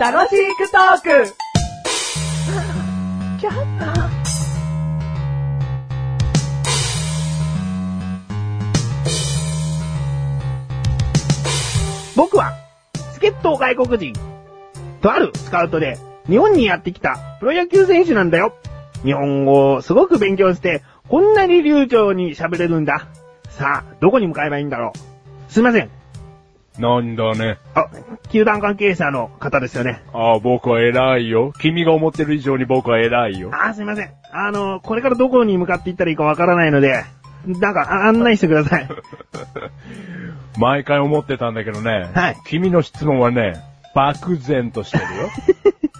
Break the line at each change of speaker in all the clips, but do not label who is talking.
楽しくトーク
僕は、助っ人外国人。とあるスカウトで、日本にやってきたプロ野球選手なんだよ。日本語をすごく勉強して、こんなに流暢に喋れるんだ。さあ、どこに向かえばいいんだろう。すいません。
なんだね。
あ、球団関係者の方ですよね。
ああ、僕は偉いよ。君が思ってる以上に僕は偉いよ。
あー、すいません。あの、これからどこに向かって行ったらいいかわからないので、なんかあ案内してください。
毎回思ってたんだけどね。
はい
君の質問はね、漠然として るよ。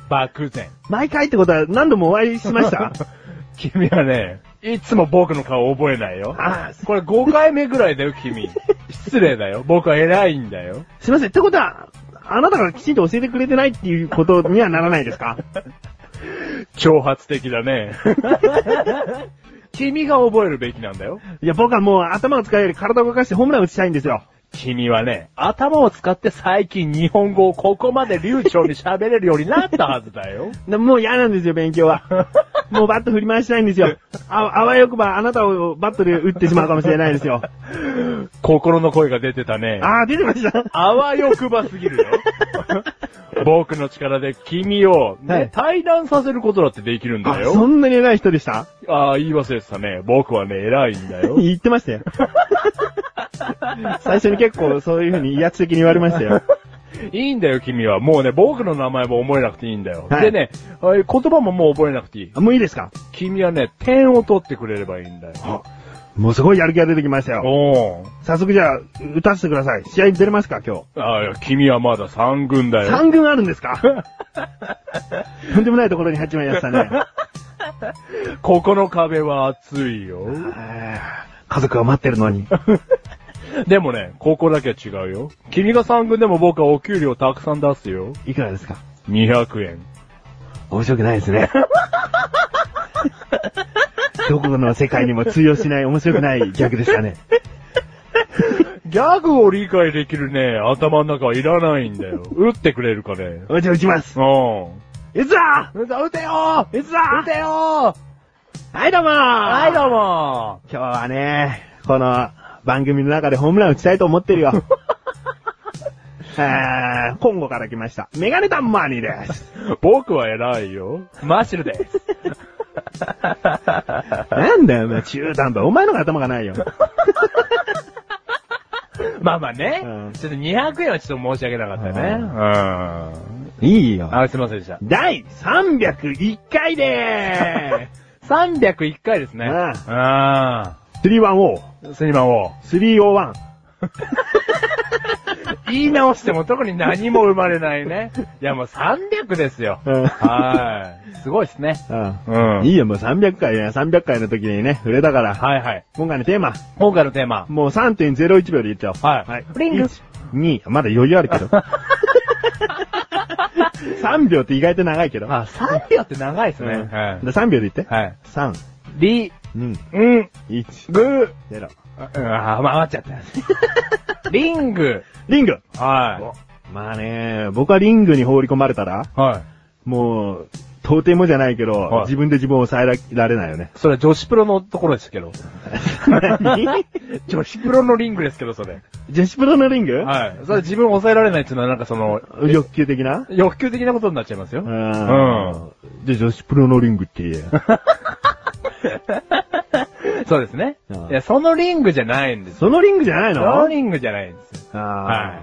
漠然。
毎回ってことは何度もお会いしました
君はね、いつも僕の顔覚えないよ。
あー、
これ5回目ぐらいだよ、 君。失礼だよ。僕は偉いんだよ。
すいません。ってことは、あなたがきちんと教えてくれてないっていうことにはならないですか
挑発的 だね。君が覚えるべきなんだよ。
いや、僕はもう頭を使うより体を動かしてホームラン打ちたいんですよ。
君はね、頭を使って最近日本語をここまで流暢に喋れるようになったはずだよ。
でもう嫌なんですよ、勉強は。もうバット振り回したいんですよ。あ、あわよくばあなたをバットで打ってしまうかもしれない ですよ。
心の声が出てたね。
あー、出てました。
あわよくばすぎる よ。僕の力で君を、ね
はい
対談させることだってできるんだ
あそ
よ。
んなに偉い人でした
ああ、言い忘れてたね。僕はね、偉いんだ よ。
言ってましたよ。最初に結構そういうふうに威圧的に言われました よ。
いいんだよ、君は。もうね、僕の名前も覚えなくていいんだよ。
はい
でね、あ言葉ももう覚えなくていい。
あもういいですか
君はね、点を取ってくれればいいんだよ。
もうすごいやる気が出てきましたよ。
おー
早速じゃあ、打たせてください。試合出れますか、今日。
ああ、君はまだ三軍だよ。
三軍あるんですかとんでもないところに始まりましたね。
ここの壁は厚いよ。
家族が待ってるの に。
でもね、ここだけは違うよ。君が三軍でも僕はお給料たくさん出すよ。
いくらですか
200円。
面白くないですね。 どこの世界にも通用しない面白くないギャグでしたね。
ギャグを理解できるね、頭の中はいらないんだよ。打ってくれるかね。
じゃあ打ちます。
う
いつだ
ん。打てよ
いつだ
てよ
はいどうも
はい、どうも
今日はね、この番組の中でホームラン打ちたいと思ってるよ。 えー、コンゴから来ました。メガネタンマーニーです。
僕は偉いよ。マッシュル です。
なんだよ、お前中段部。お前の方が頭がないよ。
まあまあね、
うん
ちょっと200円はちょっと申し訳なかったね。うん。
いいよ。
あ、すいませんでした。
第301回で
301回ですね。
うん
あ
ーす !310、
あ。すいませんを。
301。
言い直しても特に何も生まれない ね。いやもう300ですよ。
うん
はい。すごいですね。
う
うん
ん。いいよ、もう300回や、300回の時にね、触れたから。
はいはい。
今回のテーマ、
今回のテーマ。
もう3.01秒で言ったよ。
はい
はい。
リング
1。2、まだ余裕ある けど。3秒って意外と長いけど。
あ、3秒って長いです
うん
ね。は
で3秒で言って
い。。はい。
3、
り、
2、
ん、
1、
ぐ、
0。
あ、あ回っちゃ った。リング。
リング
は
まあね、僕はリングに放り込まれたら、
い。はい。
もう、到底もじゃないけど
はい、
自分で自分を抑えられないよね。
それは女子プロのところですけど。
何
女子プロのリングですけど、それ。
女子プロのリング
はい。 それは自分を抑えられないっていうのはなんかその、
欲求的な
欲求的なことになっちゃいますよ。
う
うん。
じゃあ女子プロのリングって言え。
そうですね
うん。
いや、そのリングじゃないんです よ。
そのリングじゃない
そ
の
のリングじゃないんですよ。
あー
は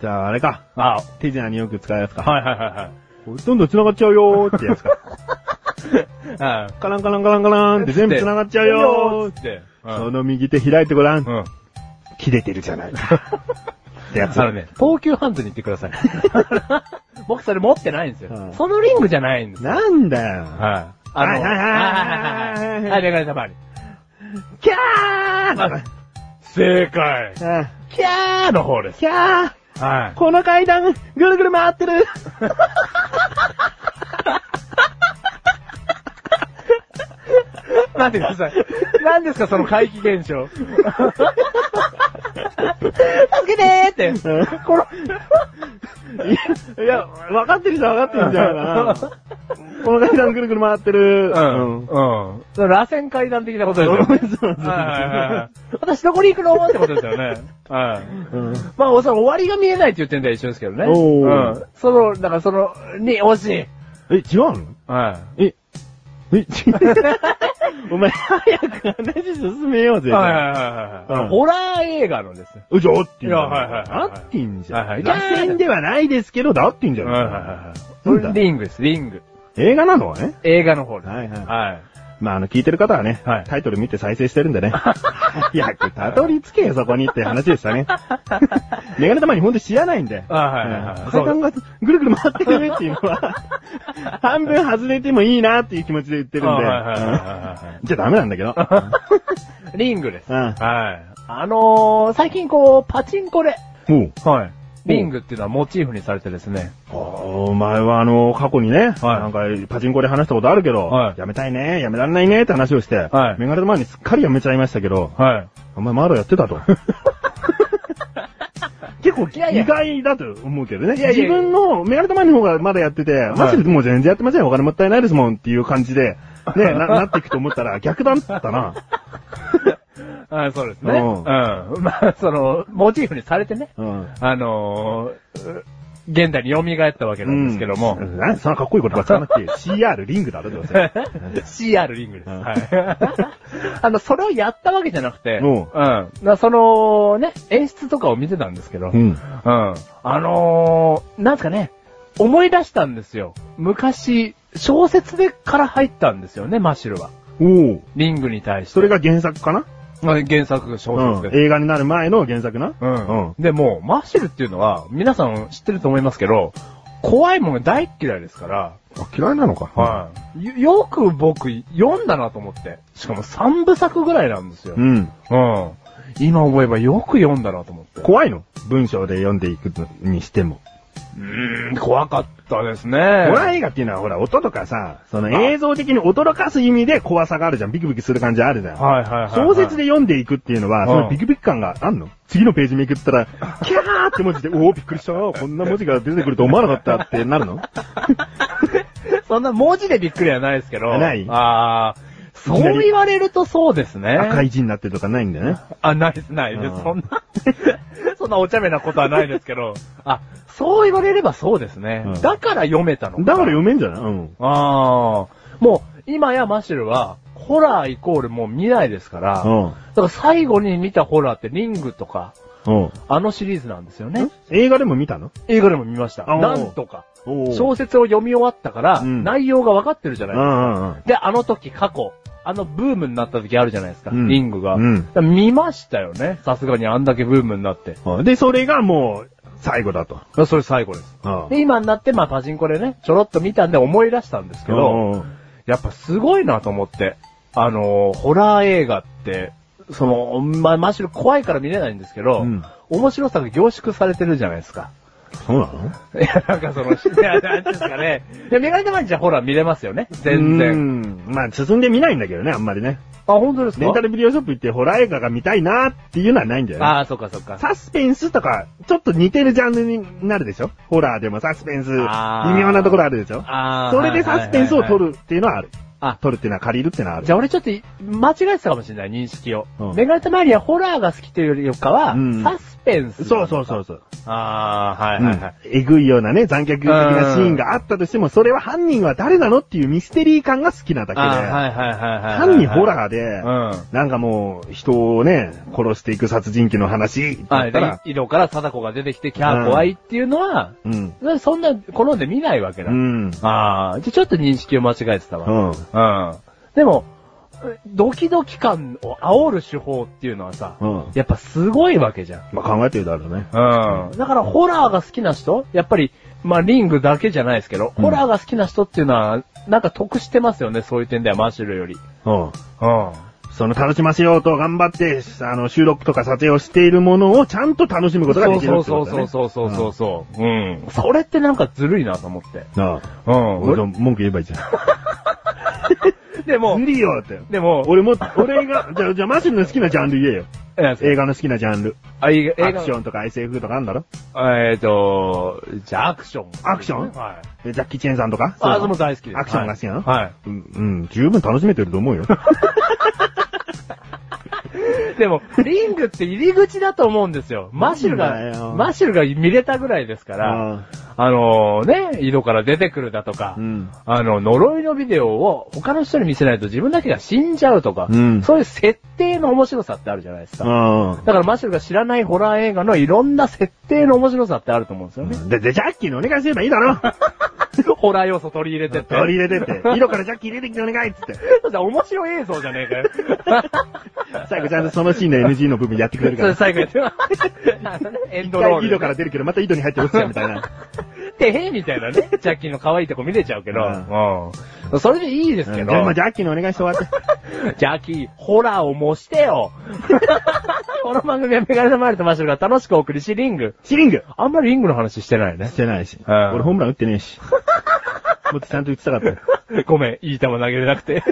じゃああれか。
あ、は
手品によく使うやつ
い
か。
はいはいはい
どんどん繋がっちゃうよーってやつか。
ああ。
カランカランカランカランって 全部繋がっちゃうよー
つって。う
そ
ん。
の右手開いてごらん。
うん。
切れてるじゃないか。ってやつ。
あのね、東急ハンズに行ってくだ さい。僕それ持ってないんですよ。
うん
そのリングじゃないんですよ。
なんだよ。
はい。あの、
はいはいはい
はい
はいはい
はい。はい、メガネたまに。
キャー
正解
あ
キャーの方です。
キャー
は
この階段、ぐるぐる回ってる
い。待ってください。何ですかその怪奇現象。
助けてーって。
この、いや、分かってる人は分かってるんじゃないかな。この階段ぐるぐる回ってる。
うん。
うん
うん。それ螺旋階段的なことです
そ
よ
う
ね。
そうそう
はいはいはい 私どこに行くのってことですよね。 はい。
うん
まあ、おそらく終わりが見えないって言ってんだよ、一緒ですけどね。
おー
うん。その、だからその、に、惜しい。
え、違うの
は
え、え、違う。お前、早く話進めよう
い。
ぜ。
はいはいはいはい。
うん
ホラー映画のです。
うじゃあって言うんだよ。
いやはいはいはいはい
だって言うんじゃん。
はいはい
螺旋ではないですけど、だって言うんじゃない
それ
なんだ
リングです、リング。
映画なのはね。
映画の方です。
はいはい
はい。
まあ、あの、聞いてる方はね、
はい
タイトル見て再生してるん でね。早くたどり着けよ、そこにって話でした ね。メガネ玉にほんと知らないんで。
あはいはいはい
うん階段がぐるぐる回ってるっていうのは、 半分外れてもいいなっていう気持ちで言ってるんで。
はいはいはいはいは
うんじゃあダメなんだけ ど。
い。リングです。
う
はい
ん。。
あのー、最近こう、パチンコで、
もう。
はい。リングっていうのはモチーフにされてですね。
あーお前はあの、過去にね、なんかパチンコで話したことあるけど、
はい
やめたいね、やめらんないねって話をして、
はい
メガネ玉にすっかりやめちゃいましたけど、
はい。
お前まだやって たと。結構
いやいや
意外だと思うけどね。
いやい
自
や
分のメガネ玉に方がまだやってて、マジでもう全然やってません。お金もったいないですもんっていう感じで、ね、 ななっていくと思ったら逆だったな。
あそうですね。
うん
うん。まあ、その、モチーフにされてね。
うん。
あのー、現代に蘇ったわけなんですけども。
うんなそんなかっこいいことばっかりなくて、CR リングだろ、どうせ。
CR リングです。
うん
はい。 あの、それをやったわけじゃなくて、
おうん
だからその、ね、演出とかを見てたんですけど、
うん。
うんあのー、なんすかね、思い出したんですよ。昔、小説でから入ったんですよね、マシュルは。
おお。
リングに対して。
それが原作かな
はい原作が小説
う
で
ん
す。
映画になる前の原作な。
うん
うん
でも、マッシュルっていうのは、皆さん知ってると思いますけど、怖いもの大っ嫌いですから、
あ嫌いなのか。
はい。よよく僕、読んだなと思って。しかも3部作ぐらいなんですよ。う。
うんん。
今思えばよく読んだなと思って。
怖いの文章で読んでいくにしても。
うーん、怖かったですね。
ホラー映画っていうのはほら、音とかさ、その映像的に驚かす意味で怖さがあるじゃん。ビクビクする感じあるじゃん。
はいはいはいはい。
小説で読んでいくっていうのは、
うん
そのビクビク感があんの次のページめくったら、キャーって文字で、おお、びっくりした。こんな文字が出てくると思わなかったってなるの
そんな文字でびっくりはないですけど。
ない
ああ。そう言われるとそうですね。
赤い字になってるとかないんだよね。
あ、ないです、ないで
う
す。
ん
そんな、 そんなお茶目なことはないですけど。あ、そう言われればそうですね。
うん
だから読めたのか。
だから読めんじゃないうん。
ああ。もう、今やマシュルは、ホラーイコールもう見ないですから、
う
だ
ん。
から最後に見たホラーってリングとか、
うん。
あのシリーズなんですよね。
映画でも見たの
映画でも見ました。
あおう
なんとか。
おー
小説を読み終わったから、
うん
内容が分かってるじゃ
う
ない
んうんうん。
で、あの時過去、あのブームになった時あるじゃないですか、
うん
リングが。
うん
だから見ましたよね。さすがにあんだけブームになって。
で、それがもう、最後だと。
それ最後です。
うん
で、今になって、まあパチンコでね、ちょろっと見たんで思い出したんです
け
けど、
ど、
やっぱすごいなと思って。あのーホラー映画って、その、ま、マシュル怖いから見れないんですけど、
うん
面白さが凝縮されてるじゃないですか。
そうなの
いや、なんかその、いや、なんていうんですかね。いや、メガネ玉にじゃホラー見れますよね。全然。
然。まあ、進んでみないんだけどね、あんまりね。
あ、本当ですか
レンタルビデオショップ行ってホラー映画が見たいなっていうのはないんだよね。
ああ、そっかそっか。
サスペンスとか、ちょっと似てるジャンルになるでしょホラーでもサスペンス、微
あー
妙なところあるでしょ
あー
それでサスペンスを
はいはいはい
取るっていうのはある。
あ
取るっていうのは借りるっていうのはある。
じゃあ俺ちょっと間違えてたかもしれない、認識を。
うん
メガネ玉にはホラーが好きというよりかは、
うん
サスペンス。。
そうそうそううそう。
ああ、はい
うん
はいはい。
えぐいようなね、残虐的なシーンがあったとしても、それは犯人は誰なのっていうミステリー感が好きなだけ
あー
で、
はいはいはいはい。
単にホラーで、
ー。うん。
なんかもう、人をね、殺していく殺人鬼の話だ
はい。
ったら、
井戸から貞子が出てきて、キャ
う
ー
ん
怖いっていうのは、
うん。
そんな、好んで見ないわけだ。
うん。
ああ、じゃあちょっと認識を間違えてた
う
わ。
ん。
うん。でも、ドキドキ感を煽る手法っていうのはさ、
うん。
やっぱすごいわけじゃん。
まあ、考えてるだろうね。
うん。だからホラーが好きな人、やっぱり、まあリングだけじゃないですけど、
うん
ホラーが好きな人っていうのは、なんか得してますよね、そういう点ではマシュルより。
うん。
うん。
その楽しませようと頑張って、あの、収録とか撮影をしているものをちゃんと楽しむことができる
そ
っ
う
て
そ
こ
う
とだ
そう
ね。
そうそうそうそう。うん。それってなんかずるいなと思って。
なあ
うん
俺の文句言えばいいじゃ
でも
ん。、ずりよって。
でも、
俺も、俺が、じゃあ、じゃあ、マシュルの好きなジャンル言えよ。
え
映画の好きなジャンル。
あ、映画、
ア
映
ク
画
ションとか SF とかあるんだろ
えっと、じゃあアクション。
アクション
はい。
ジャッキー・チェンさんとか
あ、
い
それ
の
も大好きです。
アクションが好きなの
はい。
うん、うん、十分楽しめてると思うよ。
でも、リングって入り口だと思うんですよ。マシル
なんだよ
が、マシルが見れたぐらいですから、あのね、井戸から出てくるだとか、
うん。
あの、呪いのビデオを他の人に見せないと自分だけが死んじゃうとか、
うん
そういう設定の面白さってあるじゃないですか。
うん。
だからマシュルが知らないホラー映画のいろんな設定の面白さってあると思うんですよね。
で、で、ジャッキーにお願いすればいいだろ
ホラー要素取り入れてって。
取り入れてって。色からジャッキー入れてきてお願いっつって。
じゃあ面白い映像じゃねえかよ。
最後ちゃんとそのシーンの NG の部分やってくれるか
そ
ら
れ。最後やってあのねエン
一
ドロー
回
ル。
井戸から出るけど、また井戸に入って落ちちゃうみたいな。
てへーみたいなね。ジャッキーの可愛いとこ見れちゃうけど。うん。それでいいですけ
うん
ど。
じゃあ、まあ、ジャッキーにお願いして終わって。
ジャッキー、ホラーを模してよ。この番組はメガネのマイルとマッシュルが楽しくお送りし、リング。
シリング
あんまりリングの話してないね
し。てないし。
うん
俺ホームラン打ってねえし。もっとちゃんと打ちたかったよ。
ごめん、いい球投げれなくて。